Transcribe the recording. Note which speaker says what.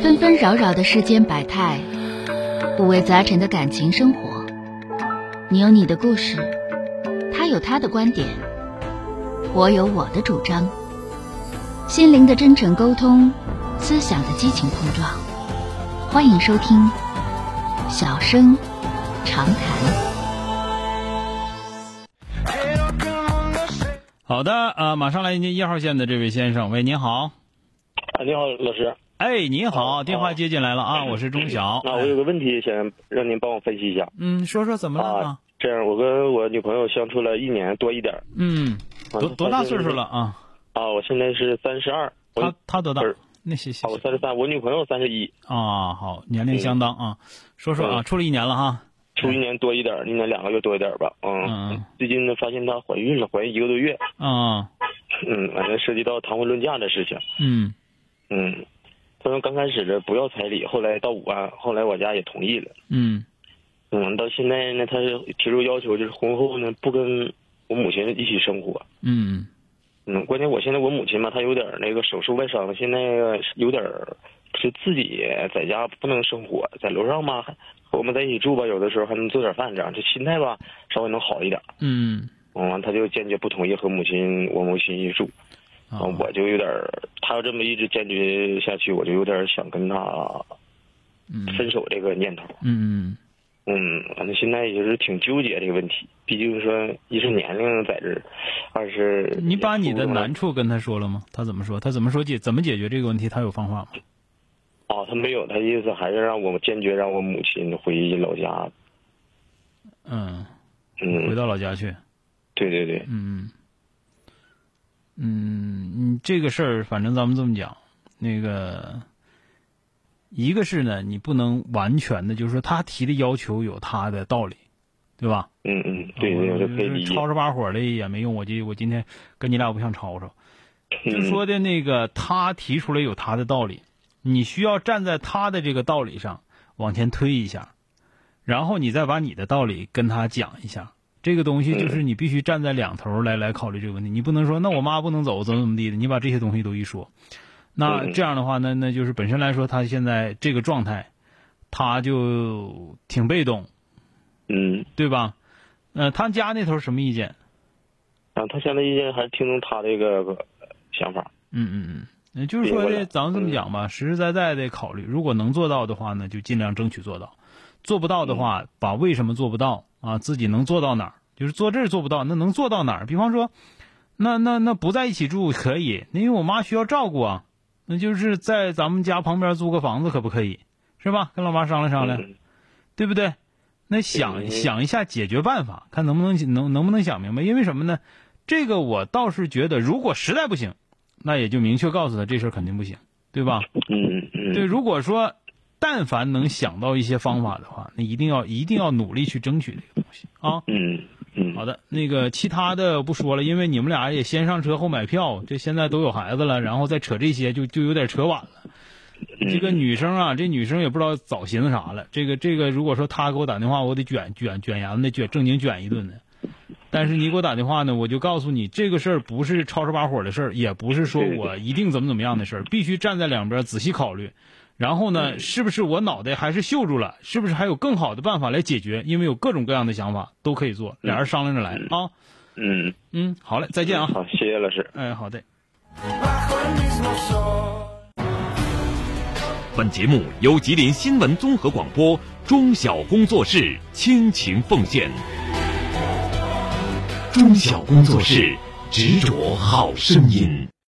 Speaker 1: 纷纷扰扰的世间百态，五味杂陈的感情生活。你有你的故事，他有他的观点，我有我的主张。心灵的真诚沟通，思想的激情碰撞。欢迎收听《小声长谈》。
Speaker 2: 好的，呃，马上来迎接一号线的这位先生，喂，您好，
Speaker 3: 啊，你好，老师。
Speaker 2: 哎，你好，
Speaker 3: 哦
Speaker 2: 电话
Speaker 3: 哦
Speaker 2: 接进来了啊，我是钟晓，哎
Speaker 3: 那我有个问题想让您帮我分析一下。啊
Speaker 2: 嗯，说说怎么了呢？
Speaker 3: 这样，我跟我女朋友相处了一年多一点儿。
Speaker 2: 嗯，
Speaker 3: 啊
Speaker 2: 多多大岁数了？啊？
Speaker 3: 啊，我现在是三十二。我
Speaker 2: 他他多大
Speaker 3: 不是？
Speaker 2: 那谢谢
Speaker 3: 啊，我三十三，我女朋友三十一，
Speaker 2: 啊，好，年龄相当啊，说说啊，
Speaker 3: 嗯
Speaker 2: 处了一年了哈，
Speaker 3: 处一年多一点儿，一年两个月多一点儿吧。
Speaker 2: 嗯嗯
Speaker 3: 嗯，最近呢发现她怀孕了，怀孕一个多月。
Speaker 2: 啊，
Speaker 3: 嗯，反正涉及到谈婚论嫁的事情。
Speaker 2: 嗯
Speaker 3: 嗯，她说刚开始的不要彩礼，后来到五万，后来我家也同意了。
Speaker 2: 嗯
Speaker 3: 嗯，到现在呢，她是提出要求，就是婚后呢不跟我母亲一起生活。
Speaker 2: 嗯
Speaker 3: 嗯，关键我现在我母亲嘛，她有点儿那个手术外伤，现在有点儿是自己在家不能生活，在楼上吧，我们在一起住吧，有的时候还能做点饭，这样这心态吧稍微能好一点。
Speaker 2: 嗯，
Speaker 3: 嗯，完她就坚决不同意和母亲我母亲一起住，
Speaker 2: 啊
Speaker 3: 完我就有点儿，她要这么一直坚决下去，我就有点儿想跟她
Speaker 2: 嗯
Speaker 3: 分手这个念头。
Speaker 2: 嗯
Speaker 3: 嗯，反正现在也是挺纠结这个问题，毕竟说一是年龄在这儿，二是
Speaker 2: 嗯，你把你的难
Speaker 3: 处
Speaker 2: 处跟他说了吗？他怎么说？他怎么说解怎么解决这个问题？他有方法吗？
Speaker 3: 啊，他没有，他意思还是让我坚决让我母亲回老家。
Speaker 2: 嗯，回
Speaker 3: 嗯，
Speaker 2: 到老家去。
Speaker 3: 对对对，
Speaker 2: 嗯，嗯，你这个事儿，反正咱们这么讲，那个，一个是呢，你不能完全的，就是说他提的要求有他的道理，对吧？
Speaker 3: 嗯嗯，对对，
Speaker 2: 我
Speaker 3: 我就可以理解。
Speaker 2: 吵吵把火的也没用，我就我今天跟你俩我不想吵吵。就
Speaker 3: 嗯
Speaker 2: 说的那个，他提出来有他的道理，你需要站在他的这个道理上往前推一下，然后你再把你的道理跟他讲一下。这个东西
Speaker 3: 嗯
Speaker 2: 就是你必须站在两头儿来来考虑这个问题，你不能说那我妈不能走怎么怎么地的，你把这些东西都一说，那
Speaker 3: 嗯
Speaker 2: 这样的话呢，那就是本身来说他现在这个状态，他就挺被动，
Speaker 3: 嗯，
Speaker 2: 对吧？呃，他家那头儿什么意见？
Speaker 3: 然后他现在意见还是听从他这个呃想法。
Speaker 2: 嗯嗯嗯，那就是说
Speaker 3: 明白
Speaker 2: 呢，
Speaker 3: 了嗯
Speaker 2: 咱们这么讲吧，实实在在的考虑，如果能做到的话呢，就尽量争取做到；做不到的话，
Speaker 3: 嗯
Speaker 2: 把为什么做不到啊，自己能做到哪儿，就是做这儿做不到，那能做到哪儿？比方说，那那那不在一起住可以，那因为我妈需要照顾啊，那就是在咱们家旁边租个房子可不可以？是吧？跟老妈商量商量，
Speaker 3: 嗯
Speaker 2: 对不对？那想
Speaker 3: 嗯
Speaker 2: 想一下解决办法，看能不能能能不能想明白。因为什么呢？这个我倒是觉得，如果实在不行，那也就明确告诉他这事儿肯定不行，对吧？
Speaker 3: 嗯嗯，
Speaker 2: 对，如果说但凡能想到一些方法的话，那一定要一定要努力去争取这个东西啊。
Speaker 3: 嗯嗯
Speaker 2: 好的，那个其他的不说了，因为你们俩也先上车后买票，这现在都有孩子了，然后再扯这些就就有点扯晚了。
Speaker 3: 嗯
Speaker 2: 这个女生啊，这女生也不知道早寻思啥了。这个这个，如果说她给我打电话，我得卷卷卷严的卷正经卷一顿的。但是你给我打电话呢，我就告诉你，这个事儿不是吵吵把火的事儿，也不是说
Speaker 3: 对对对
Speaker 2: 我一定怎么怎么样的事儿，必须站在两边仔细考虑。然后
Speaker 3: 嗯
Speaker 2: 呢，是不是我脑袋还是锈住了？是不是还有更好的办法来解决？因为有各种各样的想法都可以做，俩人商量着来啊。
Speaker 3: 嗯，
Speaker 2: 嗯，好嘞，再见啊。
Speaker 3: 好，谢谢老师。
Speaker 2: 哎，好的。
Speaker 4: 本节目由吉林新闻综合广播中小工作室倾情奉献。中小工作室执着好声音。